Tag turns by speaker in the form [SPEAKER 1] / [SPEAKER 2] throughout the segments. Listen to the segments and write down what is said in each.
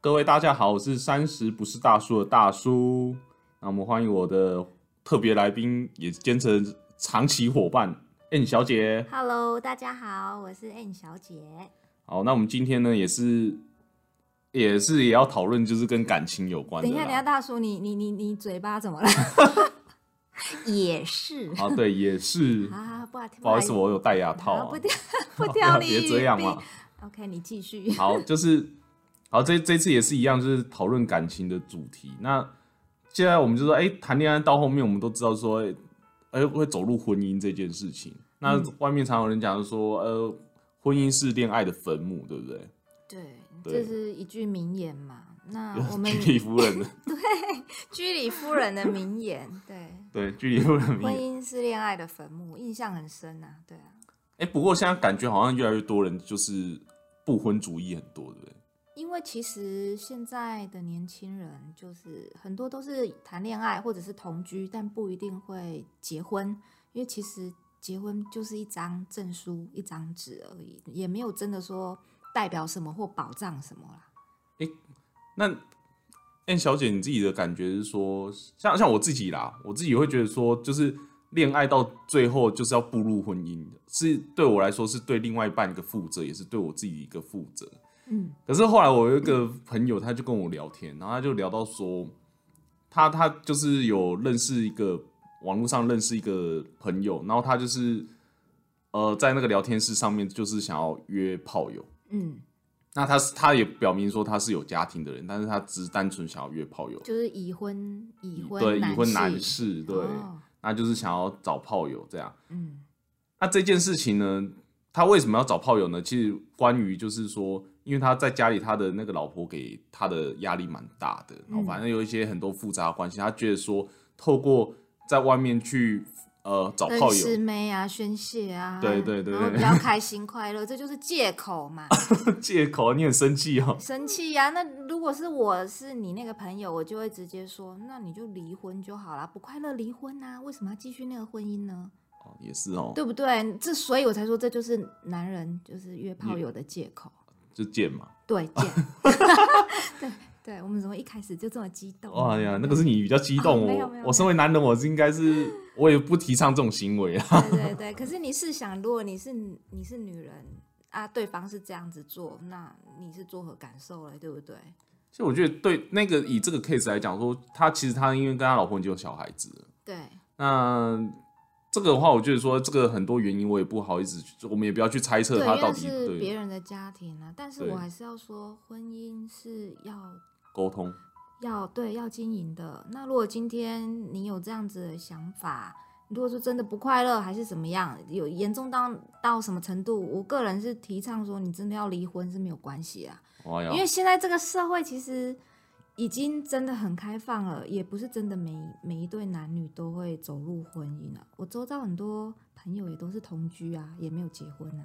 [SPEAKER 1] 各位大家好，我是三十不是大叔的大叔。那我们欢迎我的特别来宾，也兼成长期伙伴 N 小姐。
[SPEAKER 2] Hello，大家好，我是 N 小姐。
[SPEAKER 1] 好，那我们今天呢，也是也是也要讨论，就是跟感情有关的
[SPEAKER 2] 等
[SPEAKER 1] 啦。
[SPEAKER 2] 一下，等一下，大叔，你你你你嘴巴怎么 了？也是
[SPEAKER 1] 啊，对，也是。
[SPEAKER 2] 啊，不好
[SPEAKER 1] 不好意思，
[SPEAKER 2] 我
[SPEAKER 1] 我有戴牙套、啊。
[SPEAKER 2] 不挑不挑你
[SPEAKER 1] 别
[SPEAKER 2] 语
[SPEAKER 1] 这样嘛
[SPEAKER 2] 病。。OK，你 继续。
[SPEAKER 1] 好，就是好，这这次也是一样，就是讨论感情的主题。那现在我们就说，哎、谈恋爱到后面，我们都知道说，哎、会走入婚姻这件事情。那
[SPEAKER 2] 嗯
[SPEAKER 1] 外面常有人讲说，呃，婚姻是恋爱的坟墓，对不对？
[SPEAKER 2] 对，
[SPEAKER 1] 对
[SPEAKER 2] 这是一句名言嘛？那啊我 们
[SPEAKER 1] 居里 夫人的，
[SPEAKER 2] 居里夫人的名言，对，
[SPEAKER 1] 对，居里夫人的名
[SPEAKER 2] 婚
[SPEAKER 1] 言。
[SPEAKER 2] 姻是恋爱的坟墓，印象很深呐、对啊，
[SPEAKER 1] 哎、不过现在感觉好像越来越多人就是不婚主义很多，对不对？
[SPEAKER 2] 因为其实现在的年轻人，就是很多都是谈恋爱或者是同居，但不一定会结婚，因为其实结婚就是一张证书、一张纸而已，也没有真的说代表什么或保障什么啦。
[SPEAKER 1] 那 N 哎小姐，你自己的感觉是说，像像我自己啦，我自己会觉得说，就是恋爱到最后就是要步入婚姻的，是对我来说是对另外一半一个负责，也是对我自己一个负责。
[SPEAKER 2] 嗯，
[SPEAKER 1] 可是后来我有一个朋友，他就跟我聊天，然后他就聊到说，他他就是有认识一个网络上认识一个朋友，然后他就是呃在那个聊天室上面就是想要约炮友。
[SPEAKER 2] 嗯，
[SPEAKER 1] 那他是他也表明说他是有家庭的人，但是他只是单纯想要约炮友，
[SPEAKER 2] 就是已婚、已婚
[SPEAKER 1] 对已婚男
[SPEAKER 2] 士，
[SPEAKER 1] 士，对，
[SPEAKER 2] 哦
[SPEAKER 1] 那就是想要找炮友这样。
[SPEAKER 2] 嗯
[SPEAKER 1] 那这件事情呢，他为什么要找炮友呢？其实关于就是说，因为他在家里他的那个老婆给他的压力蛮大的，然后
[SPEAKER 2] 嗯
[SPEAKER 1] 反正有一些很多复杂的关系，他觉得说透过在外面去呃找
[SPEAKER 2] 跟
[SPEAKER 1] 炮友
[SPEAKER 2] 师，妹啊，宣泄啊，
[SPEAKER 1] 对对对
[SPEAKER 2] 然后
[SPEAKER 1] 对
[SPEAKER 2] 比较开心快乐，这就是借口嘛。
[SPEAKER 1] 借口你很生气哦，
[SPEAKER 2] 生气呀、那如果是我是你那个朋友，我就会直接说，那你就离婚就好啦，不快乐离婚呐、为什么要继续那个婚姻呢？
[SPEAKER 1] 哦也是哦，
[SPEAKER 2] 对不对？这所以我才说这就是男人就是约炮友的借口。
[SPEAKER 1] 就贱嘛。
[SPEAKER 2] 对，贱。对对，我们怎么一开始就这么激动？啊
[SPEAKER 1] 哎呀，那个是你比较激动，
[SPEAKER 2] 哦没有没有
[SPEAKER 1] 我
[SPEAKER 2] 没有
[SPEAKER 1] 我身为男人，我是应该是我也不提倡这种行为啊。
[SPEAKER 2] 对对对。可是你是想，如果你是你是女人啊，对方是这样子做，那你是作何感受嘞？对不对？
[SPEAKER 1] 其实我觉得对那个以这个 case 来讲说，他其实他因为跟他老婆已经有小孩子了，
[SPEAKER 2] 对，
[SPEAKER 1] 那这个的话，我觉得说这个很多原因我也不好意思去，我们也不要去猜测
[SPEAKER 2] 对，
[SPEAKER 1] 他
[SPEAKER 2] 因
[SPEAKER 1] 到
[SPEAKER 2] 为
[SPEAKER 1] 底
[SPEAKER 2] 是别
[SPEAKER 1] 对
[SPEAKER 2] 人的家庭啊，但是
[SPEAKER 1] 对
[SPEAKER 2] 我还是要说，婚姻是要
[SPEAKER 1] 沟通。
[SPEAKER 2] 要对要经营的。那如果今天你有这样子的想法，如果说真的不快乐还是怎么样，有严重到到什么程度，我个人是提倡说，你真的要离婚是没有关系啊，
[SPEAKER 1] 哎
[SPEAKER 2] 因
[SPEAKER 1] 呀
[SPEAKER 2] 为，现在这个社会其实。已经真的很开放了，也不是真的每每一对男女都会走入婚姻啊。我周遭很多朋友也都是同居啊，也没有结婚啊。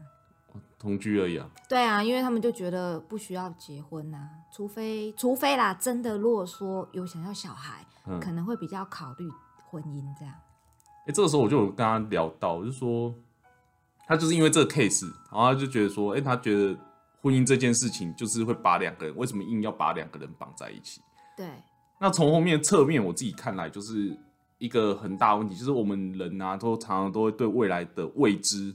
[SPEAKER 1] 同居而已啊，
[SPEAKER 2] 对啊，因为他们就觉得不需要结婚呐、除非除非啦，真的如果说有想要小孩，
[SPEAKER 1] 嗯，
[SPEAKER 2] 可能会比较考虑婚姻这样。
[SPEAKER 1] 哎、这个时候我就有跟他聊到，我就说他就是因为这个 case，然后他就觉得说，哎、他觉得婚姻这件事情就是会把两个人，为什么硬要把两个人绑在一起？
[SPEAKER 2] 对，
[SPEAKER 1] 那从后面侧面我自己看来，就是一个很大的问题，就是我们人啊，都常常都会对未来的未知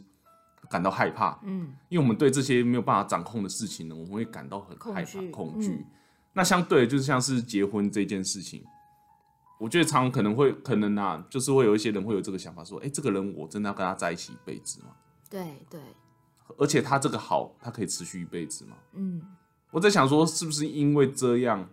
[SPEAKER 1] 感到害怕，
[SPEAKER 2] 嗯，
[SPEAKER 1] 因为我们对这些没有办法掌控的事情呢，我们会感到很害怕、
[SPEAKER 2] 恐惧
[SPEAKER 1] 恐惧。
[SPEAKER 2] 嗯
[SPEAKER 1] 那相对的，就是像是结婚这件事情，我觉得常常可能会可能啊，就是会有一些人会有这个想法，说，哎、这个人我真的要跟他在一起一辈子吗？
[SPEAKER 2] 对对，
[SPEAKER 1] 而且他这个好，他可以持续一辈子吗？
[SPEAKER 2] 嗯，
[SPEAKER 1] 我在想说，是不是因为这样，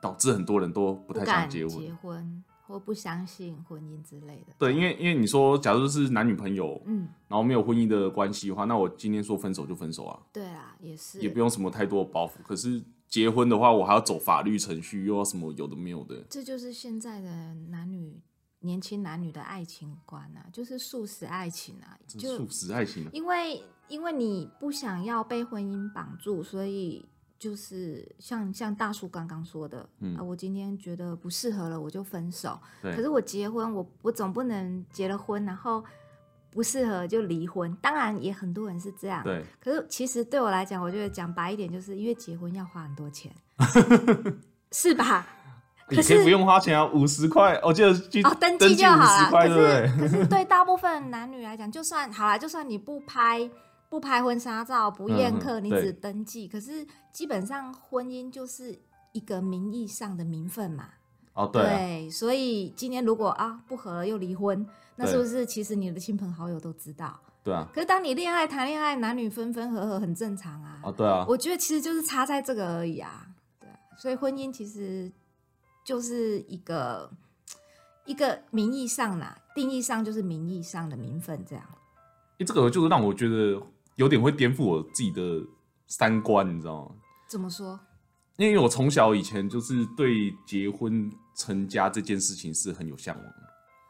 [SPEAKER 1] 导致很多人都不
[SPEAKER 2] 不
[SPEAKER 1] 太想
[SPEAKER 2] 敢
[SPEAKER 1] 结
[SPEAKER 2] 结
[SPEAKER 1] 婚？
[SPEAKER 2] 婚或不相信婚姻之类的。
[SPEAKER 1] 对，因为因为你说，假如是男女朋友，
[SPEAKER 2] 嗯，
[SPEAKER 1] 然后没有婚姻的关系的话，那我今天说分手就分手啊，
[SPEAKER 2] 对啦，也是，
[SPEAKER 1] 也不用什么太多的包袱。可是结婚的话，我还要走法律程序，又要什么有的没有的。
[SPEAKER 2] 这就是现在的男女年轻男女的爱情观啊，就是素食爱情啊，
[SPEAKER 1] 这
[SPEAKER 2] 就
[SPEAKER 1] 素食爱情啊，
[SPEAKER 2] 因为因为你不想要被婚姻绑住，所以就是像像大叔刚刚说的，
[SPEAKER 1] 嗯
[SPEAKER 2] 啊，我今天觉得不适合了，我就分手。
[SPEAKER 1] 对
[SPEAKER 2] 可是我结婚，我我总不能结了婚，然后不适合就离婚。当然也很多人是这样，
[SPEAKER 1] 对，欸
[SPEAKER 2] 可是其实对我来讲，我觉得讲白一点，就是因为结婚要花很多 钱，是吧？
[SPEAKER 1] 也
[SPEAKER 2] 可
[SPEAKER 1] 可以
[SPEAKER 2] 是
[SPEAKER 1] 不用花钱啊，五十块，我记得去
[SPEAKER 2] 哦， 登
[SPEAKER 1] 记
[SPEAKER 2] 记就好
[SPEAKER 1] 五十
[SPEAKER 2] 了。
[SPEAKER 1] 块，
[SPEAKER 2] 可
[SPEAKER 1] 对不对？
[SPEAKER 2] 是可是对大 部分男女来讲，就算好啦，就算你不拍不拍婚纱照、不宴
[SPEAKER 1] 嗯
[SPEAKER 2] 客，
[SPEAKER 1] 嗯
[SPEAKER 2] 你
[SPEAKER 1] 对
[SPEAKER 2] 只登记，可是基本上婚姻就是一个名义上的名分嘛。
[SPEAKER 1] 哦，对啊，
[SPEAKER 2] 所以今天如果啊不和又离婚，那
[SPEAKER 1] 对
[SPEAKER 2] 是不是其实你的亲朋好友都知道？
[SPEAKER 1] 对啊，
[SPEAKER 2] 可是当你恋爱谈恋爱，男女分分合合很正常啊。
[SPEAKER 1] 哦，对啊，
[SPEAKER 2] 我觉得其实就是差在这个而已啊。对啊，所以婚姻其实就是一个一个名义上啦，定义上就是名义上的名分这样。
[SPEAKER 1] 诶欸这个就是让我觉得有点会颠覆我自己的三观，你知道吗？
[SPEAKER 2] 怎么说？
[SPEAKER 1] 因为我从小以前就是对结婚成家这件事情是很有向往的，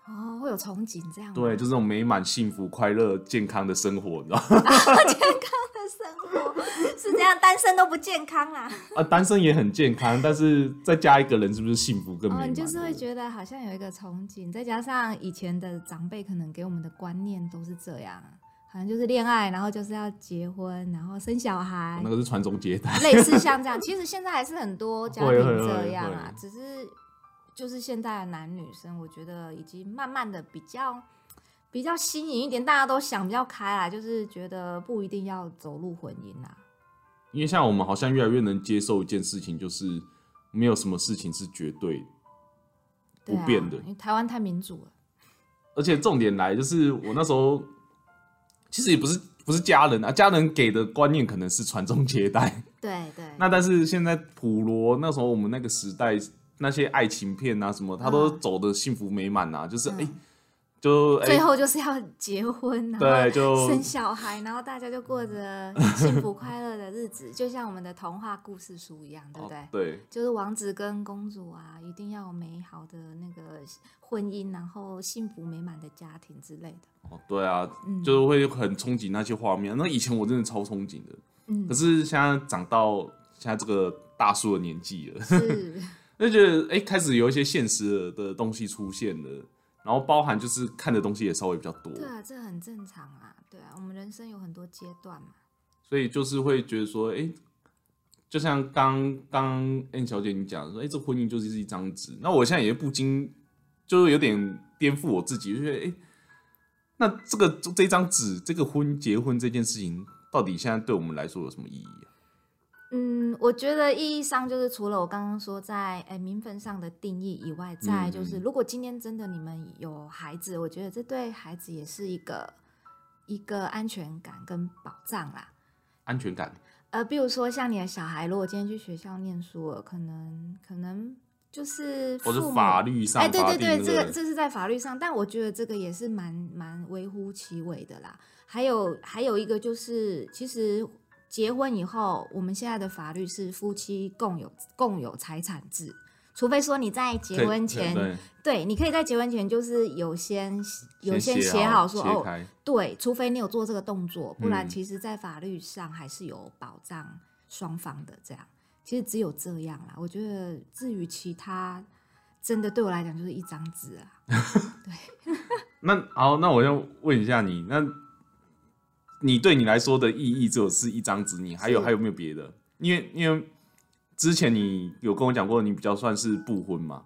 [SPEAKER 2] 哦，会有憧憬这样吗。
[SPEAKER 1] 对，就是是那种美满、幸福、快乐、健康的生活，你知道吗？
[SPEAKER 2] 生活 是这样，单身都不健康啦。
[SPEAKER 1] 啊，单身也很健康，但是再加一个人，是不是幸福更美
[SPEAKER 2] 哦，
[SPEAKER 1] 满？
[SPEAKER 2] 你就是会
[SPEAKER 1] 对不对
[SPEAKER 2] 觉得好像有一个憧憬，再加上以前的长辈可能给我们的观念都是这样，啊好像就是恋爱，然后就是要结婚，然后生小孩，
[SPEAKER 1] 那个是传宗接代，
[SPEAKER 2] 类似像这样，其实现在还是很多家
[SPEAKER 1] 会
[SPEAKER 2] 庭
[SPEAKER 1] 会
[SPEAKER 2] 这
[SPEAKER 1] 会
[SPEAKER 2] 样
[SPEAKER 1] 会
[SPEAKER 2] 啊，只是就是现在的男女生，我觉得已经慢慢的比较比较新颖一点，大家都想比较开啦，就是觉得不一定要走入婚姻啦。
[SPEAKER 1] 因为像我们好像越来越能接受一件事情，就是没有什么事情是绝对的，
[SPEAKER 2] 对啊
[SPEAKER 1] 不变的
[SPEAKER 2] 因为台湾太民主了，
[SPEAKER 1] 而且重点来就是我那时候其实也不是不是家人啊， 家人给的观念可能是传宗接代，
[SPEAKER 2] 对对，
[SPEAKER 1] 那但是现在普罗那时候我们那个时代那些爱情片啊什么，他都
[SPEAKER 2] 嗯
[SPEAKER 1] 走的幸福美满啊，就是哎、
[SPEAKER 2] 嗯
[SPEAKER 1] 就哎、
[SPEAKER 2] 最后就是要结婚，然后
[SPEAKER 1] 对就
[SPEAKER 2] 生小孩，然后大家就过着幸福快乐的日子，就像我们的童话故事书一样，对不对？
[SPEAKER 1] 哦对
[SPEAKER 2] 就是王子跟公主啊，一定要有美好的那个婚姻，然后幸福美满的家庭之类 的。
[SPEAKER 1] 哦对啊，
[SPEAKER 2] 嗯，
[SPEAKER 1] 就是会很憧憬那些画面。那以前我真的超憧憬的，
[SPEAKER 2] 嗯
[SPEAKER 1] 可是现在长到现在这个大叔的年纪了，
[SPEAKER 2] 是，
[SPEAKER 1] 就觉得哎、诶开始有一些现实的东西出现了，然后包含就是看的东西也稍微比较多，
[SPEAKER 2] 对啊，这很正常啊，对啊，我们人生有很多阶段嘛，
[SPEAKER 1] 所以就是会觉得说，哎、就像刚刚 N 小姐你讲的说，哎、这婚姻就是一张纸。那我现在也不禁就是有点颠覆我自己，就觉得哎、诶那这个这张纸，这个婚结婚这件事情，到底现在对我们来说有什么意义啊？
[SPEAKER 2] 嗯，我觉得意义上就是除了我刚刚说在诶名分上的定义以外，再就是
[SPEAKER 1] 嗯
[SPEAKER 2] 如果今天真的你们有孩子，我觉得这对孩子也是一个一个安全感跟保障啦。
[SPEAKER 1] 安全感，
[SPEAKER 2] 呃，比如说像你的小孩，如果今天去学校念书了，可能可能就是
[SPEAKER 1] 或
[SPEAKER 2] 父
[SPEAKER 1] 是
[SPEAKER 2] 母
[SPEAKER 1] 法律上
[SPEAKER 2] 哎，对
[SPEAKER 1] 法
[SPEAKER 2] 对
[SPEAKER 1] 定
[SPEAKER 2] 对，这
[SPEAKER 1] 的
[SPEAKER 2] 个这是在法律上，但我觉得这个也是蛮蛮微乎其微的啦。还有还有一个就是，其实结婚以后，我们现在的法律是夫妻共有共有财产制，除非说你在结
[SPEAKER 1] 对
[SPEAKER 2] 婚
[SPEAKER 1] 对
[SPEAKER 2] 前，
[SPEAKER 1] 对
[SPEAKER 2] 对，你可以在结婚前就是有先有先
[SPEAKER 1] 写
[SPEAKER 2] 写好说
[SPEAKER 1] 切
[SPEAKER 2] 哦，
[SPEAKER 1] 开
[SPEAKER 2] 对，除非你有做这个动作，不然
[SPEAKER 1] 嗯
[SPEAKER 2] 其实，在法律上还是有保障双方的。这样，其实只有这样啦。我觉得，至于其他，真的对我来讲就是一张纸啊。
[SPEAKER 1] 那好，那我要问一下你，那你对你来说的意义只有是一张纸，你还有
[SPEAKER 2] 是
[SPEAKER 1] 还有没有别的？因为因为之前你有跟我讲过，你比较算是不婚嘛？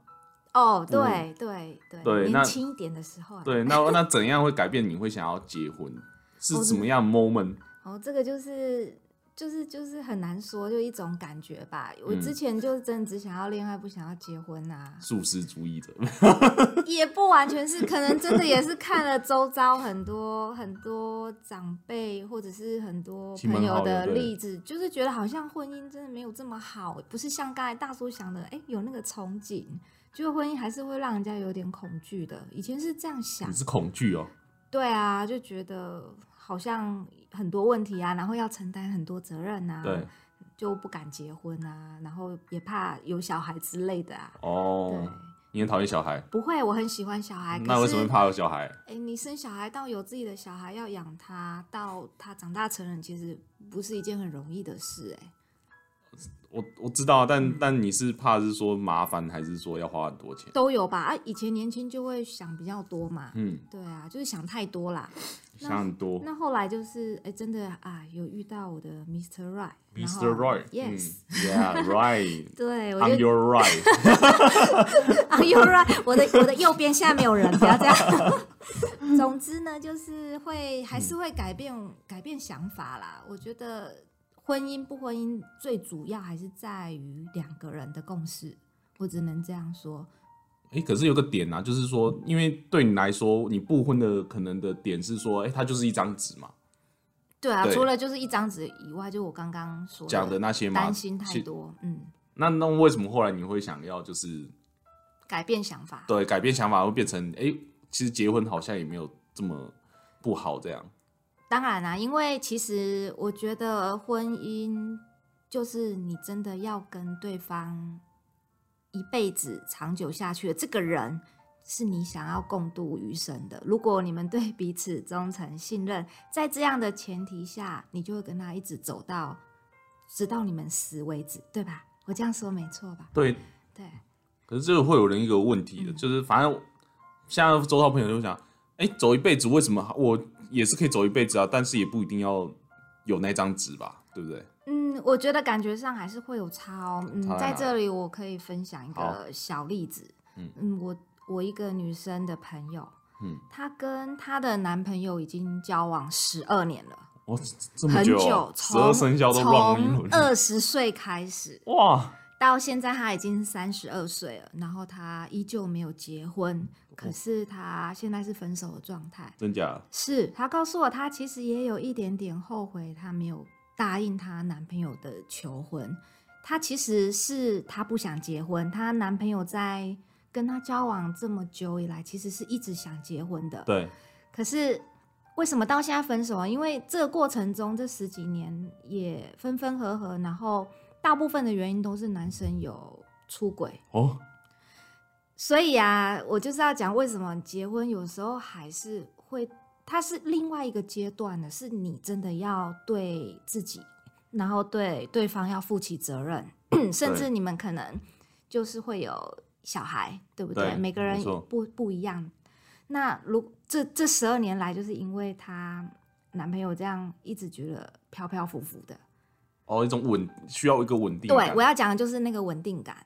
[SPEAKER 2] 哦，对对对，
[SPEAKER 1] 嗯对那
[SPEAKER 2] 年轻一点的时候、啊，
[SPEAKER 1] 对，那那怎样会改变你会想要结婚？是
[SPEAKER 2] 哦
[SPEAKER 1] 怎么样 moment？
[SPEAKER 2] 哦，这个就是就是就是很难说，就一种感觉吧。我
[SPEAKER 1] 嗯
[SPEAKER 2] 之前就是真的只想要恋爱，不想要结婚啊。
[SPEAKER 1] 素食主义者
[SPEAKER 2] 也不完全是，可能真的也是看了周遭很多很多长辈或者是很多
[SPEAKER 1] 亲朋
[SPEAKER 2] 朋
[SPEAKER 1] 好友
[SPEAKER 2] 友的
[SPEAKER 1] 对
[SPEAKER 2] 例子，就是觉得好像婚姻真的没有这么好，不是像刚才大叔想的，哎、有那个憧憬，就婚姻还是会让人家有点恐惧的。以前是这样想
[SPEAKER 1] 你， 是恐惧哦，
[SPEAKER 2] 对啊，就觉得好像很多问题啊，然后要承担很多责任啊，
[SPEAKER 1] 对
[SPEAKER 2] 就不敢结婚啊，然后也怕有小孩之类的啊，对
[SPEAKER 1] 哦，。你很讨厌小孩，
[SPEAKER 2] 不会，我很喜欢小孩。
[SPEAKER 1] 那
[SPEAKER 2] 可
[SPEAKER 1] 为什么
[SPEAKER 2] 是
[SPEAKER 1] 会怕有小孩？
[SPEAKER 2] 哎、你生小孩到有自己的小孩要养他，到他长大成人，其实不是一件很容易的事、诶
[SPEAKER 1] 我我知道啊，
[SPEAKER 2] 嗯
[SPEAKER 1] 但但你是怕是说麻烦，还是说要花很多钱？
[SPEAKER 2] 都有吧？啊，以前年轻就会想比较多嘛，
[SPEAKER 1] 嗯，
[SPEAKER 2] 对啊，就是想太多啦。那
[SPEAKER 1] 想很多。
[SPEAKER 2] 那后来就是，哎、真的啊，有遇到我的 Mr. Right，然后
[SPEAKER 1] Mr. 嗯 Right，yes，
[SPEAKER 2] yes，、
[SPEAKER 1] yeah, right，on
[SPEAKER 2] 对我就
[SPEAKER 1] your right。
[SPEAKER 2] On your right，我的啊我的右边现在没有人，不要这样。总 之呢，就是会还
[SPEAKER 1] 嗯
[SPEAKER 2] 是会改变、改变想法啦。我觉得婚姻不婚姻，最主要还是在于两个人的共识。我只能这样说，
[SPEAKER 1] 哎，可是有个点啊，就是说，因为对你来说，你不婚的可能的点是说，哎，它就是一张纸嘛，
[SPEAKER 2] 对啊，
[SPEAKER 1] 对
[SPEAKER 2] 除了就是一张纸以外，就我刚刚说
[SPEAKER 1] 讲的那些嘛。
[SPEAKER 2] 担心太
[SPEAKER 1] 其
[SPEAKER 2] 多，嗯，
[SPEAKER 1] 那那为什么后来你会想要就是
[SPEAKER 2] 改变想法。
[SPEAKER 1] 对改变想法，会变成哎，其实结婚好像也没有这么不好这样。
[SPEAKER 2] 当然啦、因为其实我觉得婚姻就是你真的要跟对方一辈子长久下去的这个人。是你想要共度余生的。如果你们对彼此忠诚、信任，在这样的前提下，你就会跟他一直走到直到你们死为止，对吧？我这样说没错吧？
[SPEAKER 1] 对，
[SPEAKER 2] 对，
[SPEAKER 1] 可是这个会有人一个问题的，
[SPEAKER 2] 嗯
[SPEAKER 1] 就是反正现在周遭朋友就会想，哎，走一辈子为什么我也是可以走一辈子啊？但是也不一定要有那张纸吧，对不对？
[SPEAKER 2] 嗯，我觉得感觉上还是会有差哦。嗯
[SPEAKER 1] 差，在
[SPEAKER 2] 在
[SPEAKER 1] 哪
[SPEAKER 2] 这里我可以分享一
[SPEAKER 1] 好
[SPEAKER 2] 个小例子。
[SPEAKER 1] 嗯
[SPEAKER 2] 我我一个女生的朋友，
[SPEAKER 1] 嗯，
[SPEAKER 2] 她跟她的男朋友已经交往十二年了，
[SPEAKER 1] 哇，这这么
[SPEAKER 2] 很
[SPEAKER 1] 久
[SPEAKER 2] 久
[SPEAKER 1] 哦，，十
[SPEAKER 2] 从
[SPEAKER 1] 二生肖都乱入一
[SPEAKER 2] 从
[SPEAKER 1] 轮，
[SPEAKER 2] 二十岁开始
[SPEAKER 1] 哇，
[SPEAKER 2] 到现在，她已经三十二岁了，然后她依旧没有结婚，
[SPEAKER 1] 哦
[SPEAKER 2] 可是她现在是分手的状态。
[SPEAKER 1] 真假的？
[SPEAKER 2] 是她告诉我，她其实也有一点点后悔，她没有答应她男朋友的求婚。她其实是她不想结婚，她男朋友在跟她交往这么久以来，其实是一直想结婚的。
[SPEAKER 1] 对，
[SPEAKER 2] 可是为什么到现在分手啊？因为这个过程中这十几年也分分合合，然后大部分的原因都是男生有出轨，
[SPEAKER 1] 哦，
[SPEAKER 2] 所以啊，我就是要讲为什么结婚有时候还是会，它是另外一个阶段的，是你真的要对自己，然后对对方要负起责任， 甚至
[SPEAKER 1] 对
[SPEAKER 2] 你们可能就是会有小孩，对不
[SPEAKER 1] 对
[SPEAKER 2] 每个人
[SPEAKER 1] 没错
[SPEAKER 2] 不不一样。那如这这十二年来，就是因为她男朋友这样一直觉得飘飘浮浮的，
[SPEAKER 1] 哦，一种稳需要一个稳定感。
[SPEAKER 2] 对，我要讲的就是那个稳定感。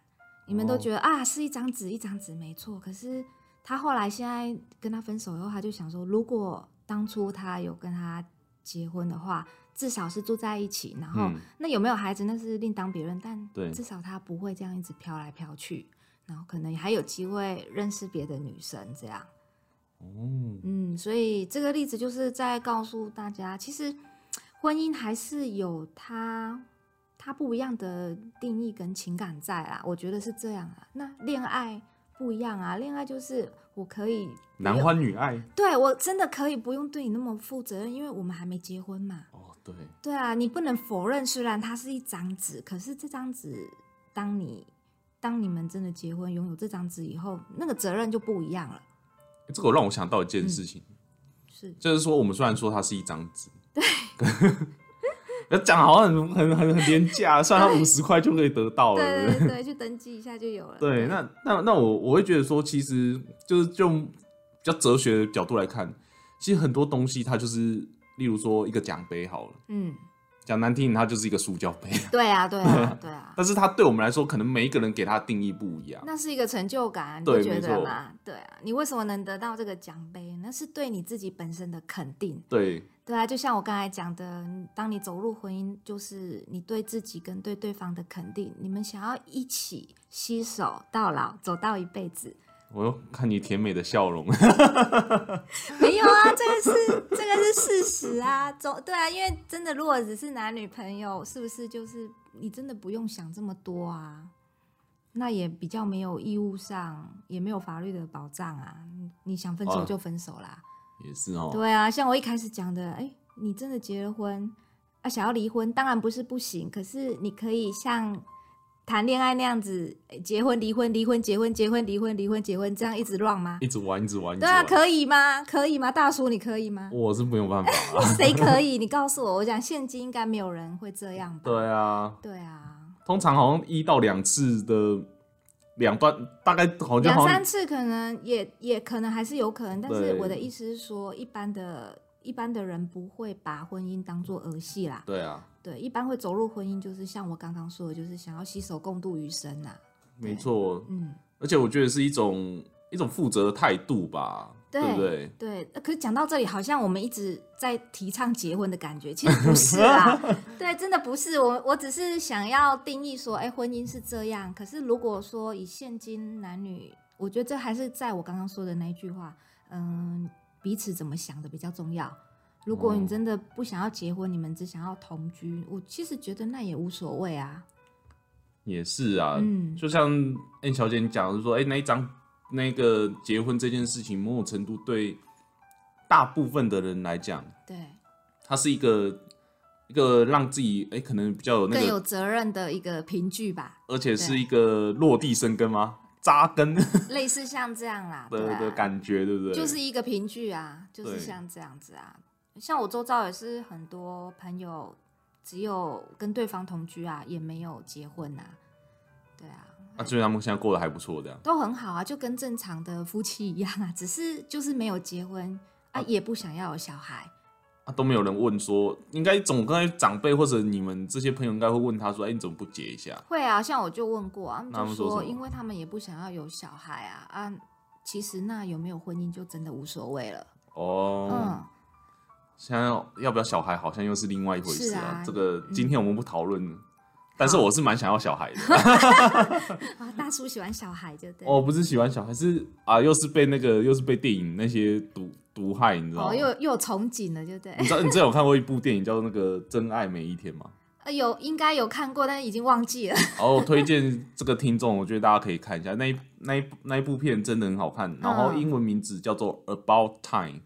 [SPEAKER 2] 你们都
[SPEAKER 1] 哦
[SPEAKER 2] 觉得、啊，是一张纸，一张纸没错。可是他后来现在跟他分手以后，他就想说，如果当初他有跟他结婚的话，至少是住在一起，然后、
[SPEAKER 1] 嗯
[SPEAKER 2] 那有没有孩子那是另当别论，但
[SPEAKER 1] 对
[SPEAKER 2] 至少他不会这样一直飘来飘去，然后可能还有机会认识别的女生这样。
[SPEAKER 1] 哦，
[SPEAKER 2] 嗯，所以这个例子就是在告诉大家，其实婚姻还是有它它不一样的定义跟情感在啦，我觉得是这样啊。那恋爱不一样啊，恋爱就是我可以
[SPEAKER 1] 男欢女爱。
[SPEAKER 2] 对我真的可以不用对你那么负责任，因为我们还没结婚嘛。
[SPEAKER 1] 哦，对，
[SPEAKER 2] 对啊，你不能否认，虽然它是一张纸，可是这张纸，当你当你们真的结婚，拥有这张纸以后，那个责任就不一样了。
[SPEAKER 1] 这个让我想到一件
[SPEAKER 2] 嗯
[SPEAKER 1] 事情，
[SPEAKER 2] 是，
[SPEAKER 1] 就是说我们虽然说它是一张纸，对， 讲得好像很很很很廉价，算它五十块就可以得到了。对不对
[SPEAKER 2] 对对对，去登记一下就有了。
[SPEAKER 1] 哦对，那那那我我会觉得说，其实就是就比较哲学的角度来看，其实很多东西它就是，例如说一个奖杯好了，
[SPEAKER 2] 嗯，
[SPEAKER 1] 讲难听，它就是一个塑胶杯，
[SPEAKER 2] 对啊，对啊，对啊，
[SPEAKER 1] 但是它对我们来说，可能每一个人给它的定义不一样。
[SPEAKER 2] 那是一个成就感啊，你
[SPEAKER 1] 对
[SPEAKER 2] 不觉
[SPEAKER 1] 没
[SPEAKER 2] 得
[SPEAKER 1] 错
[SPEAKER 2] 吗？对啊，你为什么能得到这个奖杯？那是对你自己本身的肯定。
[SPEAKER 1] 对，
[SPEAKER 2] 对啊，就像我刚才讲的，当你走入婚姻，就是你对自己跟对对方的肯定，你们想要一起携手到老，走到一辈子。
[SPEAKER 1] 我又看你甜美的笑容，
[SPEAKER 2] 没有啊，这个是这个是事实啊，总对啊，因为真的，如果只是男女朋友，是不是就是你真的不用想这么多啊？那也比较没有义务上，也没有法律的保障啊。你你想分手
[SPEAKER 1] 哦
[SPEAKER 2] 就分手啦，
[SPEAKER 1] 也是哦。
[SPEAKER 2] 对啊。像我一开始讲的，哎，你真的结了婚啊，想要离婚，当然不是不行，可是你可以像谈恋爱那样子，哎结婚、离婚、离婚、结婚、结婚、离婚、离婚、结婚，这样一直乱吗？
[SPEAKER 1] 一直玩，一直玩，一直
[SPEAKER 2] 对啊，
[SPEAKER 1] 玩。
[SPEAKER 2] 可以吗？可以吗？大叔，你可以吗？
[SPEAKER 1] 我是没有办法啊。
[SPEAKER 2] 谁可以？你告诉我，我想现今应该没有人会这样吧？
[SPEAKER 1] 对啊，
[SPEAKER 2] 对啊，
[SPEAKER 1] 通常好像一到两次的两段，大概好像
[SPEAKER 2] 两
[SPEAKER 1] 好像
[SPEAKER 2] 三次可能也也可能还是有可能，但是
[SPEAKER 1] 对
[SPEAKER 2] 我的意思是说，一般的一般的人不会把婚姻当做儿戏啦，
[SPEAKER 1] 对啊，
[SPEAKER 2] 对，一般会走入婚姻就是像我刚刚说的，就是想要携手共度余生呐、
[SPEAKER 1] 没错，
[SPEAKER 2] 嗯，
[SPEAKER 1] 而且我觉得是一种一种负责的态度吧，
[SPEAKER 2] 对
[SPEAKER 1] 不对？
[SPEAKER 2] 对。呃可是讲到这里，好像我们一直在提倡结婚的感觉，其实不是 啦，对，真的不是。我我只是想要定义说，哎，婚姻是这样。可是如果说以现今男女，我觉得这还是在我刚刚说的那一句话，嗯，彼此怎么想的比较重要。如果你
[SPEAKER 1] 嗯
[SPEAKER 2] 真的不想要结婚，你们只想要同居，我其实觉得那也无所谓啊。
[SPEAKER 1] 也是啊，
[SPEAKER 2] 嗯
[SPEAKER 1] 就像 N 小姐你讲的说，哎、那一张那个结婚这件事情，某种程度对大部分的人来讲，
[SPEAKER 2] 对，
[SPEAKER 1] 它是一个一个让自己哎、可能比较有那
[SPEAKER 2] 更
[SPEAKER 1] 个，
[SPEAKER 2] 有责任的一个凭 据吧。
[SPEAKER 1] 而且是
[SPEAKER 2] 对
[SPEAKER 1] 一个落地生根吗？扎根的
[SPEAKER 2] 类似像这样啦，对啊
[SPEAKER 1] 的感觉，对不对？
[SPEAKER 2] 就是一个凭据啊，就是
[SPEAKER 1] 对
[SPEAKER 2] 像这样子啊。像我周遭也是很多朋友，只有跟对方同居啊，也没有结婚啊，对啊，
[SPEAKER 1] 啊，所以他们现在过得还不错，这样。
[SPEAKER 2] 都很好啊，就跟正常的夫妻一样啊，只是就是没有结婚啊，也不想要有小孩。
[SPEAKER 1] 啊，都没有人问说，应该总该长辈或者你们这些朋友应该会问他说，哎、你怎么不结一下？
[SPEAKER 2] 会啊，像我就问过啊，
[SPEAKER 1] 那他
[SPEAKER 2] 他
[SPEAKER 1] 们
[SPEAKER 2] 们
[SPEAKER 1] 说
[SPEAKER 2] 就
[SPEAKER 1] 什么
[SPEAKER 2] 说，因为他们也不想要有小孩啊啊，其实那有没有婚姻就真的无所谓了，
[SPEAKER 1] 哦，
[SPEAKER 2] 嗯。
[SPEAKER 1] 现在要不要小孩，好像又是另外一回事
[SPEAKER 2] 是啊嗯
[SPEAKER 1] 这个今天我们不讨论，但是
[SPEAKER 2] 好
[SPEAKER 1] 我是蛮想要小孩的。哦
[SPEAKER 2] 啊，大叔喜欢小孩就对。
[SPEAKER 1] 我不是喜欢小孩，是啊，又是被那个又是被电影那些毒毒害，你知道
[SPEAKER 2] 哦，
[SPEAKER 1] 吗？
[SPEAKER 2] 又又有憧憬了，就对
[SPEAKER 1] 你。知道你之前有看过一部电影叫那个《真爱每一天》吗？
[SPEAKER 2] 呃，有应该有看过，但是已经忘记了。
[SPEAKER 1] 然后我推荐这个听众，我觉得大家可以看一下那一那一那一部片真的很好看，然后
[SPEAKER 2] 嗯
[SPEAKER 1] 英文名字叫做《About Time》。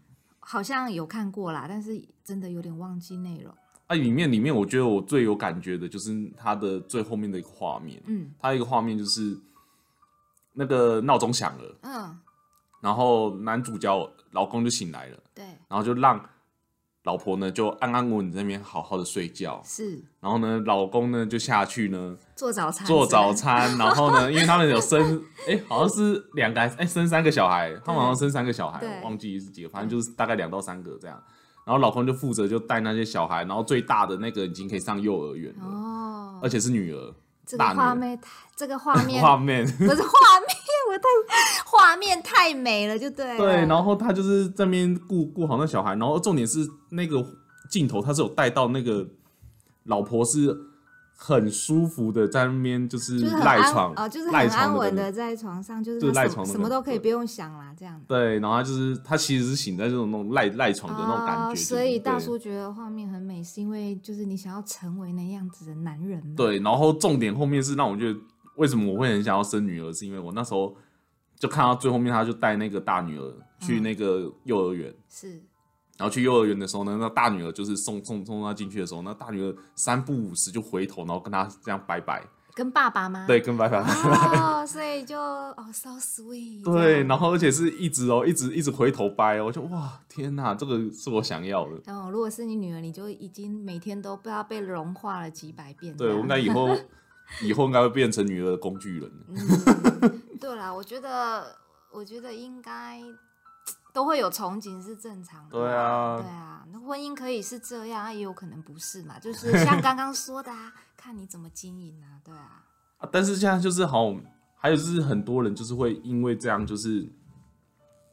[SPEAKER 2] 好像有看过啦，但是真的有点忘记内容。
[SPEAKER 1] 啊，里面里面，我觉得我最有感觉的就是它的最后面的一个画面，
[SPEAKER 2] 嗯
[SPEAKER 1] 它有一个画面就是那个闹钟响了，
[SPEAKER 2] 嗯，
[SPEAKER 1] 然后男主角老公就醒来了，
[SPEAKER 2] 对，
[SPEAKER 1] 然后就让老婆呢就安安稳稳在那边好好的睡觉，
[SPEAKER 2] 是
[SPEAKER 1] 然后呢老公呢就下去呢
[SPEAKER 2] 做早餐，
[SPEAKER 1] 做早
[SPEAKER 2] 是吧。
[SPEAKER 1] 餐，然后呢因为他们有生哎、好像是两个还是哎、生三个小孩，他们好像生三个小孩，
[SPEAKER 2] 对
[SPEAKER 1] 我忘记是几个，反正就是大概两到三个这样。然后老公就负责就带那些小孩，然后最大的那个已经可以上幼儿园了，
[SPEAKER 2] 哦，
[SPEAKER 1] 而且是女儿，
[SPEAKER 2] 这个
[SPEAKER 1] 呃大女
[SPEAKER 2] 画
[SPEAKER 1] 儿。
[SPEAKER 2] 面太，这个画 面
[SPEAKER 1] 画面
[SPEAKER 2] 不是画面，我太画面太美了，就对了。啊
[SPEAKER 1] 对，然后他就是这边顾顾好那小孩，然后重点是那个镜头他是有带到那个老婆是很舒服的在那边就是
[SPEAKER 2] 就是很
[SPEAKER 1] 赖
[SPEAKER 2] 安
[SPEAKER 1] 床
[SPEAKER 2] 哦，就是
[SPEAKER 1] 赖
[SPEAKER 2] 很
[SPEAKER 1] 床
[SPEAKER 2] 安
[SPEAKER 1] 的那
[SPEAKER 2] 稳
[SPEAKER 1] 个
[SPEAKER 2] 的在床上，就是
[SPEAKER 1] 就是
[SPEAKER 2] 他
[SPEAKER 1] 赖
[SPEAKER 2] 什
[SPEAKER 1] 床
[SPEAKER 2] 么
[SPEAKER 1] 的
[SPEAKER 2] 什
[SPEAKER 1] 那
[SPEAKER 2] 么
[SPEAKER 1] 个嗯
[SPEAKER 2] 都可以
[SPEAKER 1] 对
[SPEAKER 2] 不用想啦，这样的。
[SPEAKER 1] 对，然后他就是他其实是醒在这种那种赖赖床的那种感觉，
[SPEAKER 2] 哦，
[SPEAKER 1] 就是
[SPEAKER 2] 所以大
[SPEAKER 1] 对
[SPEAKER 2] 叔觉得画面很美，是因为就是你想要成为那样子的男人嘛？
[SPEAKER 1] 对，然后重点后面是让我觉得为什么我会很想要生女儿，是因为我那时候就看到最后面，他就带那个大女儿去
[SPEAKER 2] 嗯
[SPEAKER 1] 那个幼儿园，
[SPEAKER 2] 是
[SPEAKER 1] 然后去幼儿园的时候呢，那大女儿就是送送送她进去的时候，那大女儿三不五时就回头，然后跟她这样拜拜，
[SPEAKER 2] 跟爸爸吗？
[SPEAKER 1] 对，跟拜 拜。
[SPEAKER 2] 哦，所以就哦，so sweet 这样。
[SPEAKER 1] 对，然后而且是一直哦，一直一直回头拜哦，我就哇天哪，这个是我想要的。
[SPEAKER 2] 然后如果是你女儿，你就已经每天都不知道被融化了几百遍这
[SPEAKER 1] 对
[SPEAKER 2] 样。
[SPEAKER 1] 我应该以 后以后应该会变成女儿的工具人。
[SPEAKER 2] 嗯，对啦，我觉得，我觉得应该都会有憧憬是正常的。
[SPEAKER 1] 对啊
[SPEAKER 2] 对啊，那婚姻可以是这样，啊也有可能不是嘛，就是像刚刚说的啊， 看你怎么经营啊，对啊，
[SPEAKER 1] 啊，但是现在就是好，还有就是很多人就是会因为这样，就是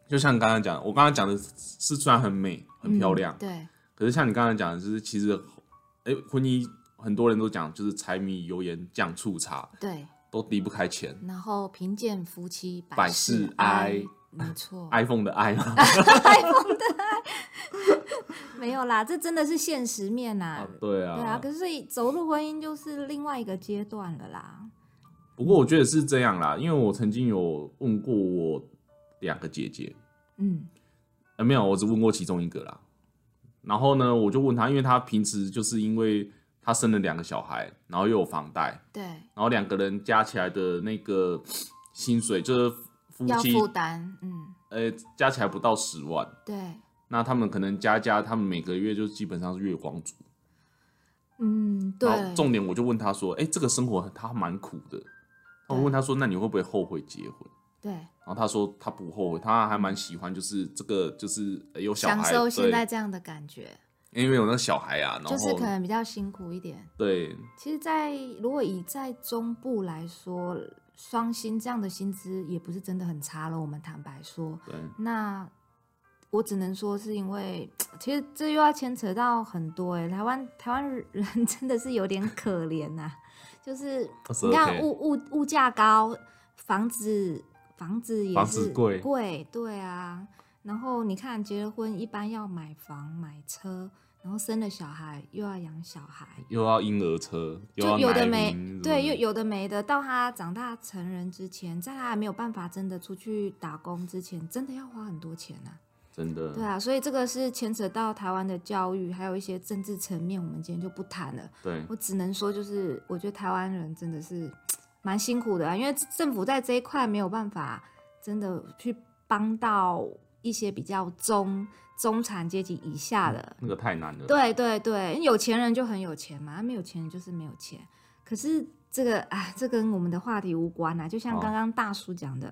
[SPEAKER 1] 就像你刚才讲，我刚才讲的是虽然很美很漂亮，
[SPEAKER 2] 嗯对，
[SPEAKER 1] 可是像你刚才讲的，就是其实哎、婚姻很多人都讲就是柴米油盐酱醋茶
[SPEAKER 2] 对，
[SPEAKER 1] 都离不开钱
[SPEAKER 2] 然后贫贱夫妻
[SPEAKER 1] 百
[SPEAKER 2] 事
[SPEAKER 1] 事哀
[SPEAKER 2] 没错，
[SPEAKER 1] ，iPhone 的 i 嘛，
[SPEAKER 2] 没有啦，这真的是现实面呐、
[SPEAKER 1] 啊 对
[SPEAKER 2] 对啊，可是走入婚姻就是另外一个阶段了啦。
[SPEAKER 1] 不过我觉得是这样啦，因为我曾经有问过我两个姐姐，
[SPEAKER 2] 嗯，
[SPEAKER 1] 呃，没有，我只问过其中一个啦。然后呢，我就问她，因为她平时就是因为她生了两个小孩，然后又有房贷，
[SPEAKER 2] 对，
[SPEAKER 1] 然后两个人加起来的那个薪水，就是夫
[SPEAKER 2] 要
[SPEAKER 1] 妻
[SPEAKER 2] 负担，嗯，
[SPEAKER 1] 呃加起来不到十万，
[SPEAKER 2] 对。
[SPEAKER 1] 那他们可能加加，他们每个月就基本上是月光族。
[SPEAKER 2] 嗯，对
[SPEAKER 1] 然，后重点我就问他说：“哎、这个生活他蛮苦的。”我
[SPEAKER 2] 对
[SPEAKER 1] 问他说：“那你会不会后悔结婚
[SPEAKER 2] 对，？”
[SPEAKER 1] 然后他说他不后悔，他还蛮喜欢，就是这个就是呃有小
[SPEAKER 2] 享
[SPEAKER 1] 孩，
[SPEAKER 2] 受现在
[SPEAKER 1] 对，
[SPEAKER 2] 这样的感觉，
[SPEAKER 1] 因为有那个小孩啊，
[SPEAKER 2] 就
[SPEAKER 1] 然
[SPEAKER 2] 是
[SPEAKER 1] 后
[SPEAKER 2] 可能比较辛苦一点。
[SPEAKER 1] 对
[SPEAKER 2] 其实在，如果以在中部来说，双薪这样的薪资也不是真的很差了。我们坦白说，
[SPEAKER 1] 对
[SPEAKER 2] 那我只能说是因为，其实这又要牵扯到很多哎、台湾台湾人真的是有点可怜呐、就是
[SPEAKER 1] 22
[SPEAKER 2] 你看
[SPEAKER 1] K
[SPEAKER 2] 物物物价高，房子房子也
[SPEAKER 1] 房
[SPEAKER 2] 是
[SPEAKER 1] 子贵
[SPEAKER 2] 贵，对啊。然后你看结了婚，一般要买房买车，然后生了小孩又要养小孩，
[SPEAKER 1] 又要婴儿车，又
[SPEAKER 2] 就
[SPEAKER 1] 要
[SPEAKER 2] 有的
[SPEAKER 1] 奶
[SPEAKER 2] 没
[SPEAKER 1] 瓶，
[SPEAKER 2] 对，
[SPEAKER 1] 什
[SPEAKER 2] 有
[SPEAKER 1] 么的
[SPEAKER 2] 有的没的，到他长大成人之前，在他还没有办法真的出去打工之前，真的要花很多钱呐、
[SPEAKER 1] 真的
[SPEAKER 2] 对啊，所以这个是牵扯到台湾的教育，还有一些政治层面，我们今天就不谈了。
[SPEAKER 1] 对
[SPEAKER 2] 我只能说，就是我觉得台湾人真的是蛮辛苦的、啊，因为政府在这一块没有办法真的去帮到一些比较中中产阶级以下的，
[SPEAKER 1] 那个太难了。
[SPEAKER 2] 对对对，有钱人就很有钱嘛，啊没有钱人就是没有钱。可是这个，哎，这跟我们的话题无关啊。就像
[SPEAKER 1] 哦
[SPEAKER 2] 刚刚大叔讲的，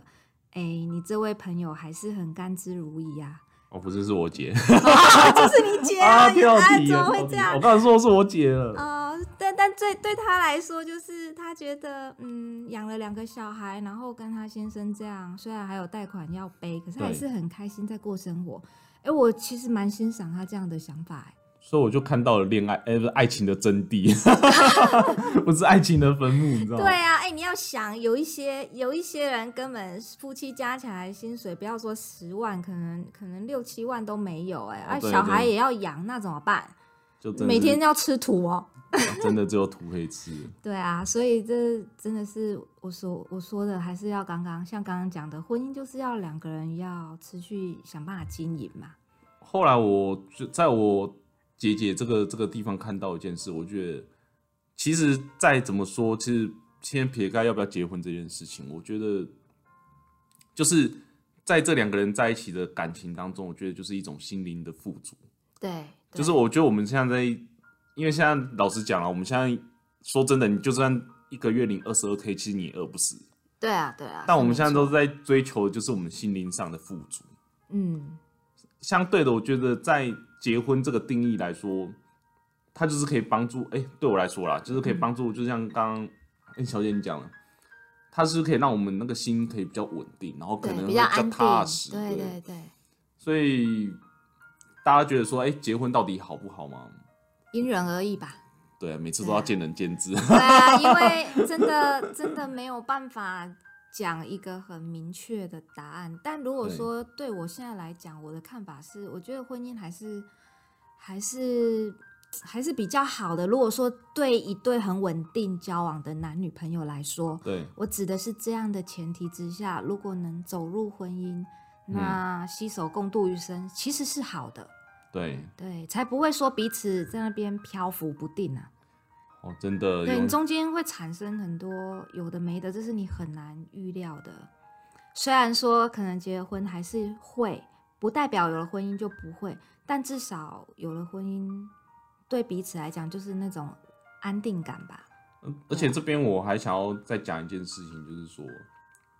[SPEAKER 2] 哎、你这位朋友还是很甘之如饴呀、
[SPEAKER 1] 哦，不是，是我姐
[SPEAKER 2] 啊。就是你姐 啊，你
[SPEAKER 1] 跳
[SPEAKER 2] 啊，
[SPEAKER 1] 题
[SPEAKER 2] 怎
[SPEAKER 1] 了跳
[SPEAKER 2] 么会
[SPEAKER 1] 题
[SPEAKER 2] 这
[SPEAKER 1] 了
[SPEAKER 2] 样
[SPEAKER 1] 我？刚才说是我姐了，
[SPEAKER 2] 哦，但但对对他来说，就是他觉得，嗯，养了两个小孩，然后跟他先生这样，虽然还有贷款要背，可是还
[SPEAKER 1] 对
[SPEAKER 2] 是很开心在过生活。哎、我其实蛮欣赏他这样的想法、哎
[SPEAKER 1] 所以我就看到了恋爱，哎，不是爱情的真谛， 不是爱情的坟墓，你知道吗？
[SPEAKER 2] 对啊，哎、你要想，有一些有一些人根本夫妻加起来薪水，不要说十万，可能可能六七万都没有、哎、
[SPEAKER 1] 哦
[SPEAKER 2] 啊，
[SPEAKER 1] 对
[SPEAKER 2] 小孩
[SPEAKER 1] 对
[SPEAKER 2] 也要养，那怎么办？
[SPEAKER 1] 就真的
[SPEAKER 2] 每
[SPEAKER 1] 是
[SPEAKER 2] 天要吃土哦。
[SPEAKER 1] 真的只有土可以吃。
[SPEAKER 2] 对啊，所以这真的是我所我说的，还是要刚刚像刚刚讲的，婚姻就是要两个人要持续想办法经营嘛。
[SPEAKER 1] 后来我就在我姐姐这个这个地方看到一件事，我觉得其实再怎么说，其实先撇开要不要结婚这件事情，我觉得就是在这两个人在一起的感情当中，我觉得就是一种心灵的富足。
[SPEAKER 2] 对，对
[SPEAKER 1] 就是我觉得我们现在在，因为现在老实讲了，啊我们现在说真的，你就算一个月领二十二 k，其实你也饿不死。
[SPEAKER 2] 对啊，对啊。
[SPEAKER 1] 但我们
[SPEAKER 2] 是
[SPEAKER 1] 现在
[SPEAKER 2] 没
[SPEAKER 1] 都
[SPEAKER 2] 错
[SPEAKER 1] 是在追求，就是我们心灵上的富足。
[SPEAKER 2] 嗯，
[SPEAKER 1] 相对的，我觉得在结婚这个定义来说，它就是可以帮助。哎、对我来说啦，就是可以
[SPEAKER 2] 嗯
[SPEAKER 1] 帮助，就像刚刚哎小姐你讲了，它是可以让我们那个心可以比较稳定，然后可
[SPEAKER 2] 对，
[SPEAKER 1] 能
[SPEAKER 2] 比
[SPEAKER 1] 会
[SPEAKER 2] 较
[SPEAKER 1] 较
[SPEAKER 2] 安
[SPEAKER 1] 踏
[SPEAKER 2] 定
[SPEAKER 1] 实。。
[SPEAKER 2] 对对对，
[SPEAKER 1] 所以大家觉得说，哎、结婚到底好不好吗？
[SPEAKER 2] 因人而异吧。
[SPEAKER 1] 对，啊每次
[SPEAKER 2] 对
[SPEAKER 1] 都要见仁见智。
[SPEAKER 2] 对啊，因为真的真的没有办法讲一个很明确的答案。但如果
[SPEAKER 1] 对
[SPEAKER 2] 说对我现在来讲，我的看法是，我觉得婚姻还是还是还是比较好的。如果说对一对很稳定交往的男女朋友来说，
[SPEAKER 1] 对，
[SPEAKER 2] 我指的是这样的前提之下，如果能走入婚姻，那携手共度余生，其实是好的。
[SPEAKER 1] 对，
[SPEAKER 2] 对，才不会说彼此在那边漂浮不定啊。
[SPEAKER 1] 哦，真的
[SPEAKER 2] 对
[SPEAKER 1] 有
[SPEAKER 2] 你中间会产生很多有的没的，这是你很难预料的。虽然说可能结了婚还是会，不代表有了婚姻就不会，但至少有了婚姻，对彼此来讲就是那种安定感吧。
[SPEAKER 1] 而且这边我还想要再讲一件事情，就是说，因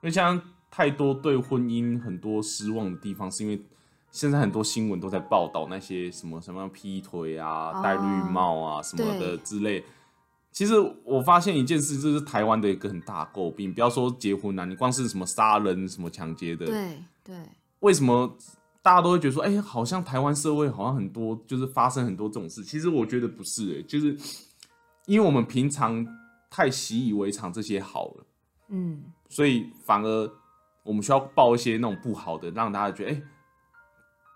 [SPEAKER 1] 为像太多对婚姻很多失望的地方，是因为现在很多新闻都在报道那些什么什么劈腿啊
[SPEAKER 2] 哦、
[SPEAKER 1] 戴绿帽啊什么的
[SPEAKER 2] 对
[SPEAKER 1] 之类。其实我发现一件事，这是台湾的一个很大诟病。不要说结婚啊，你光是什么杀人、什么抢劫的，
[SPEAKER 2] 对对
[SPEAKER 1] 为什么大家都会觉得说，哎、好像台湾社会好像很多就是发生很多这种事？其实我觉得不是、哎，就是因为我们平常太习以为常这些好了，
[SPEAKER 2] 嗯，
[SPEAKER 1] 所以反而我们需要报一些那种不好的，让大家觉得哎、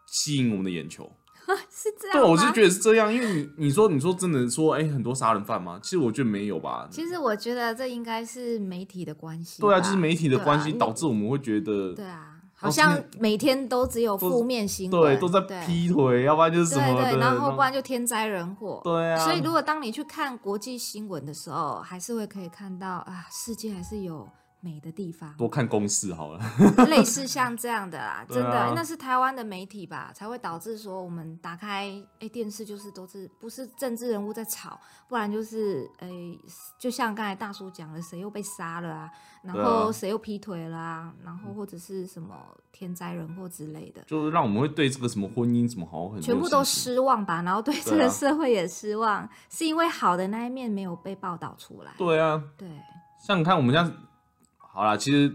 [SPEAKER 1] 吸引我们的眼球。
[SPEAKER 2] 是这样。
[SPEAKER 1] 对，我是觉得是这样，因为你你说你说真的说，哎、很多杀人犯吗？其实我觉得没有吧。
[SPEAKER 2] 其实我觉得这应该是媒体的关系吧。
[SPEAKER 1] 对啊，就是媒体的
[SPEAKER 2] 对啊
[SPEAKER 1] 关系
[SPEAKER 2] 你
[SPEAKER 1] 导致我们会觉得，
[SPEAKER 2] 对啊，
[SPEAKER 1] 哦
[SPEAKER 2] 好
[SPEAKER 1] 现在
[SPEAKER 2] 像每天都只有负面新闻，
[SPEAKER 1] 对，啊都在
[SPEAKER 2] 对
[SPEAKER 1] 劈腿，要不然就是什
[SPEAKER 2] 对
[SPEAKER 1] 么的，
[SPEAKER 2] 对，然后
[SPEAKER 1] 那
[SPEAKER 2] 不然就天灾人祸。
[SPEAKER 1] 对啊，
[SPEAKER 2] 所以，如果当你去看国际新闻的时候，还是会可以看到啊，世界还是有美的地方，
[SPEAKER 1] 多看公式好了。
[SPEAKER 2] 类似像这样的啦，真 的、
[SPEAKER 1] 对啊
[SPEAKER 2] 那是台湾的媒体吧，才会导致说我们打开哎、电视就是都是不是政治人物在吵，不然就是哎、就像刚才大叔讲的，谁又被杀了啊，然
[SPEAKER 1] 对啊
[SPEAKER 2] 后谁又劈腿啦、然后或者是什么天灾人祸之类的，
[SPEAKER 1] 就是让我们会对这个什么婚姻什么好很
[SPEAKER 2] 全部都失望吧，然后对这
[SPEAKER 1] 对啊
[SPEAKER 2] 个社会也失望，是因为好的那一面没有被报道出来，
[SPEAKER 1] 对啊，
[SPEAKER 2] 对
[SPEAKER 1] 像你看我们这样，好啦，其实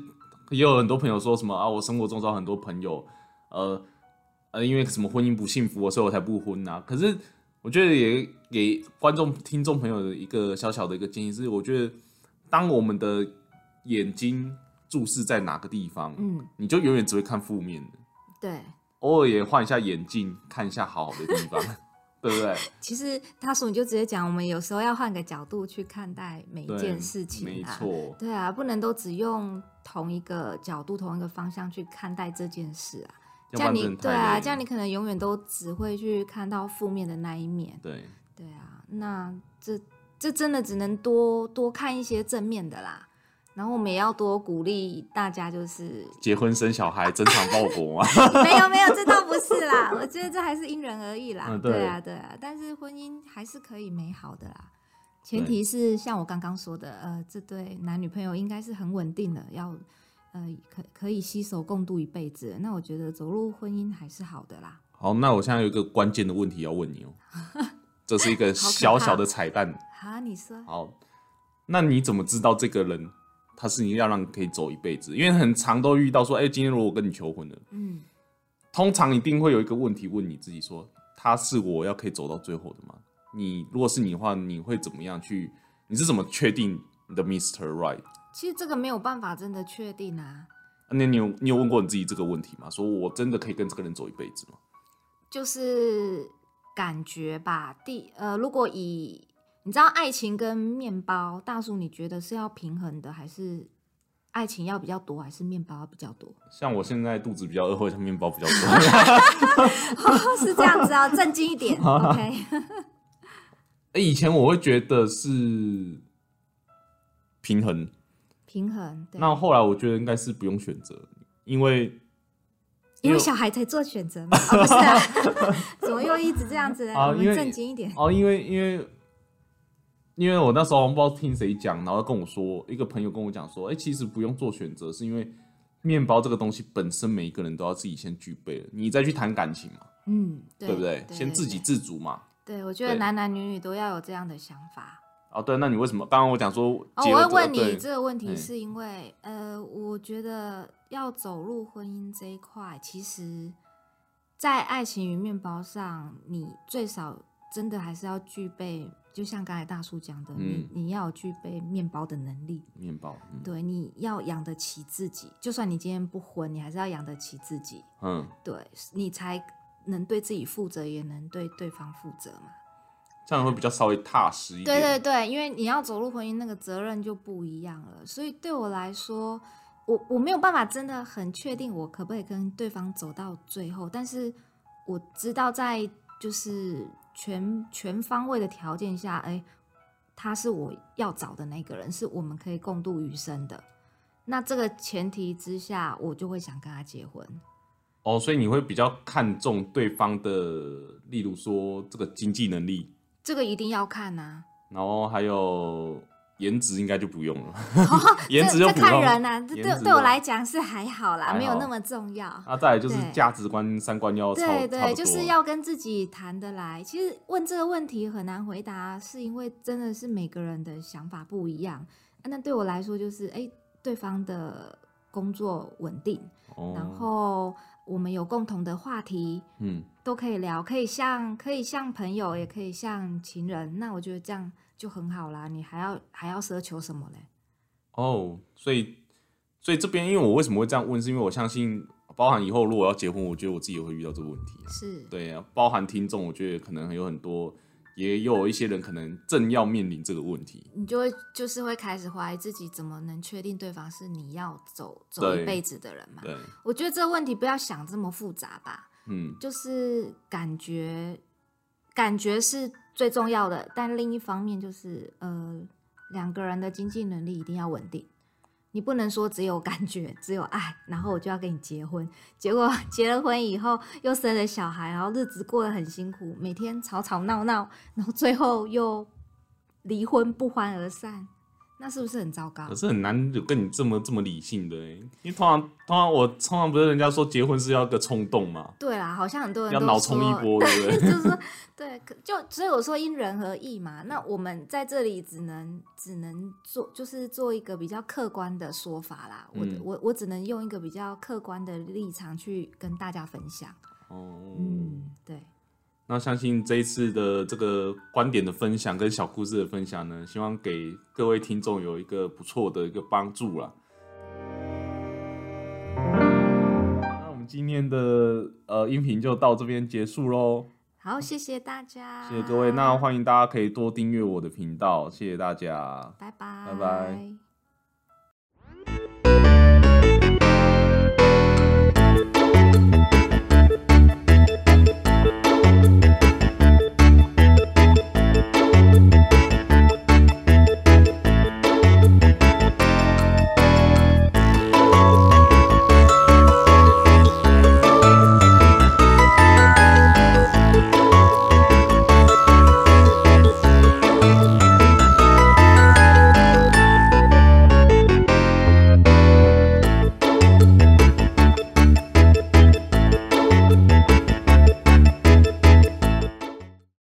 [SPEAKER 1] 也有很多朋友说什么啊，我生活中找很多朋友，呃呃，因为什么婚姻不幸福，所以我才不婚呐、可是我觉得也给观众、听众朋友的一个小小的一个建议是，我觉得当我们的眼睛注视在哪个地方，
[SPEAKER 2] 嗯
[SPEAKER 1] 你就永远只会看负面的，
[SPEAKER 2] 对。
[SPEAKER 1] 偶尔也换一下眼镜，看一下好的地 方，对不对？
[SPEAKER 2] 其实大叔，你就直接讲，我们有时候要换个角度去看待每一
[SPEAKER 1] 对
[SPEAKER 2] 件事情、啊，
[SPEAKER 1] 没错，
[SPEAKER 2] 对啊，不能都只用同一个角度、同一个方向去看待这件事啊。这
[SPEAKER 1] 要不
[SPEAKER 2] 样
[SPEAKER 1] 然真
[SPEAKER 2] 你
[SPEAKER 1] 的
[SPEAKER 2] 对
[SPEAKER 1] 太累
[SPEAKER 2] 啊，
[SPEAKER 1] 了
[SPEAKER 2] 这样你可能永远都只会去看到负面的那一面。
[SPEAKER 1] 对。
[SPEAKER 2] 对啊，那这这真的只能多多看一些正面的啦。然后我们也要多鼓励大家，就是
[SPEAKER 1] 结婚生小孩，争产报国 嘛。
[SPEAKER 2] 没有没有，这倒不是啦， 我觉得这还是因人而异啦。
[SPEAKER 1] 嗯对
[SPEAKER 2] 对啊对啊，但是婚姻还是可以美好的啦，前提是像我刚刚说的，呃，这对男女朋友应该是很稳定的，要呃可可以携手共度一辈子。那我觉得走入婚姻还是好的啦。
[SPEAKER 1] 好，那我现在有一个关键的问题要问 你哦，这是一个
[SPEAKER 2] 好可怕
[SPEAKER 1] 小小的彩蛋。
[SPEAKER 2] 啊，你说
[SPEAKER 1] 好，那你怎么知道这个人他是你要让你可以走一辈子？因为很常都遇到说，哎、今天如果我跟你求婚了，
[SPEAKER 2] 嗯，
[SPEAKER 1] 通常一定会有一个问题问你自己说，他是我要可以走到最后的吗？你如果是你的话，你会怎么样去？你是怎么确定你的 Mr. Right？
[SPEAKER 2] 其实这个没有办法真的确定啊，
[SPEAKER 1] 那你有你有问过你自己这个问题吗？说我真的可以跟这个人走一辈子吗？
[SPEAKER 2] 就是感觉吧。第呃，如果以你知道爱情跟面包，大叔你觉得是要平衡的，还是爱情要比较多，还是面包要比较多？
[SPEAKER 1] 像我现在肚子比较饿，或者面包比较多。
[SPEAKER 2] 哦，是这样子啊，正经一点，OK。
[SPEAKER 1] 哎以前我会觉得是平衡，
[SPEAKER 2] 平衡，对，
[SPEAKER 1] 那后来我觉得应该是不用选择，因为
[SPEAKER 2] 因
[SPEAKER 1] 因为
[SPEAKER 2] 为小孩才做选择嘛，哦、不是、啊？ 怎么又一直这样子 呢？
[SPEAKER 1] 啊
[SPEAKER 2] 我
[SPEAKER 1] 因为
[SPEAKER 2] 们正经一点，
[SPEAKER 1] 哦，因为因为因为我那时候不知道听谁讲，然后跟我说一个朋友跟我讲说，哎、其实不用做选择，是因为面包这个东西本身每一个人都要自己先具备了，你再去谈感情嘛，
[SPEAKER 2] 嗯，对
[SPEAKER 1] 对不对？先自给。自足嘛。
[SPEAKER 2] 对对，我觉得
[SPEAKER 1] 对
[SPEAKER 2] 男男女女都要有这样的想法。
[SPEAKER 1] 哦，对，那你为什么？刚刚我讲说
[SPEAKER 2] 哦，
[SPEAKER 1] 结
[SPEAKER 2] 我
[SPEAKER 1] 了
[SPEAKER 2] 会
[SPEAKER 1] 之后，
[SPEAKER 2] 问你
[SPEAKER 1] 对
[SPEAKER 2] 这个问题，
[SPEAKER 1] 嗯
[SPEAKER 2] 是因为、呃，我觉得要走入婚姻这一块，其实，在爱情与面包上，你最少真的还是要具备，就像刚才大叔讲的，
[SPEAKER 1] 嗯
[SPEAKER 2] 你你要有具备面包的能力，
[SPEAKER 1] 面包，嗯
[SPEAKER 2] 对，你要养得起自己，就算你今天不婚，你还是要养得起自己，
[SPEAKER 1] 嗯，
[SPEAKER 2] 对你才能对自己负责，也能对对方负责嘛。
[SPEAKER 1] 这样会比较稍微踏实一点。
[SPEAKER 2] 对对对，因为你要走入婚姻，那个责任就不一样了。所以对我来说，我我没有办法真的很确定我可不可以跟对方走到最后，但是我知道在就是全全方位的条件下，哎，他是我要找的那个人，是我们可以共度余生的。那这个前提之下，我就会想跟他结婚。
[SPEAKER 1] 哦，所以你会比较看重对方的，例如说这个经济能力，
[SPEAKER 2] 这个一定要看啊呐、
[SPEAKER 1] 然后还有颜值，应该就不用了， 颜值就
[SPEAKER 2] 哦这这
[SPEAKER 1] 不用
[SPEAKER 2] 看人
[SPEAKER 1] 了。
[SPEAKER 2] 呐、这
[SPEAKER 1] 颜
[SPEAKER 2] 对
[SPEAKER 1] 值
[SPEAKER 2] 对我
[SPEAKER 1] 就
[SPEAKER 2] 来讲是还好啦，
[SPEAKER 1] 还
[SPEAKER 2] 没有
[SPEAKER 1] 好
[SPEAKER 2] 那么重要。
[SPEAKER 1] 那再来就是
[SPEAKER 2] 对
[SPEAKER 1] 价值观、三观要差
[SPEAKER 2] 对
[SPEAKER 1] 不差
[SPEAKER 2] 对，
[SPEAKER 1] 不
[SPEAKER 2] 就
[SPEAKER 1] 多
[SPEAKER 2] 是要跟自己谈得来。其实问这个问题很难回答，是因为真的是每个人的想法不一样。啊那对我来说，就是哎，对方的工作稳定，
[SPEAKER 1] 哦
[SPEAKER 2] 然后我们有共同的话题，
[SPEAKER 1] 嗯，
[SPEAKER 2] 都可以聊，可以像可以像朋友，也可以像情人。那我觉得这样就很好啦。你还要还要奢求什么嘞？
[SPEAKER 1] 哦，所以所以这边，因为我为什么会这样问，是因为我相信，包含以后如果要结婚，我觉得我自己也会遇到这个问题啊。
[SPEAKER 2] 是，
[SPEAKER 1] 对啊，包含听众，我觉得可能有很多，也有一些人可能正要面临这个问题。
[SPEAKER 2] 你就会就是会开始怀疑自己怎么能确定对方是你要走走
[SPEAKER 1] 对
[SPEAKER 2] 一辈子的人嘛？
[SPEAKER 1] 对，
[SPEAKER 2] 我觉得这个问题不要想这么复杂吧，
[SPEAKER 1] 嗯，
[SPEAKER 2] 就是感觉，感觉是最重要的，但另一方面就是呃，两个人的经济能力一定要稳定。你不能说只有感觉，只有爱，然后我就要跟你结婚。结果结了婚以后又生了小孩，然后日子过得很辛苦，每天吵吵闹闹，然后最后又离婚，不欢而散，那是不是很糟糕
[SPEAKER 1] 可？是很难有跟你这么这么理性的、欸，因为通常通常我通常不是人家说结婚是要个冲动嘛，
[SPEAKER 2] 对啦，好像很多人
[SPEAKER 1] 要
[SPEAKER 2] 都
[SPEAKER 1] 脑冲一
[SPEAKER 2] 说
[SPEAKER 1] 波，对不对？
[SPEAKER 2] 就是说，对，可就所以我说因人而异嘛。那我们在这里只能只能做，就是做一个比较客观的说法啦。我的
[SPEAKER 1] 嗯
[SPEAKER 2] 我我只能用一个比较客观的立场去跟大家分享。
[SPEAKER 1] 哦，
[SPEAKER 2] 嗯，对，
[SPEAKER 1] 那相信这一次的这个观点的分享跟小故事的分享呢，希望给各位听众有一个不错的一个帮助啦。那我们今天的呃音频就到这边结束喽，
[SPEAKER 2] 好，谢谢大家，
[SPEAKER 1] 谢谢各位。那欢迎大家可以多订阅我的频道，谢谢大家。
[SPEAKER 2] 拜拜，
[SPEAKER 1] 拜拜。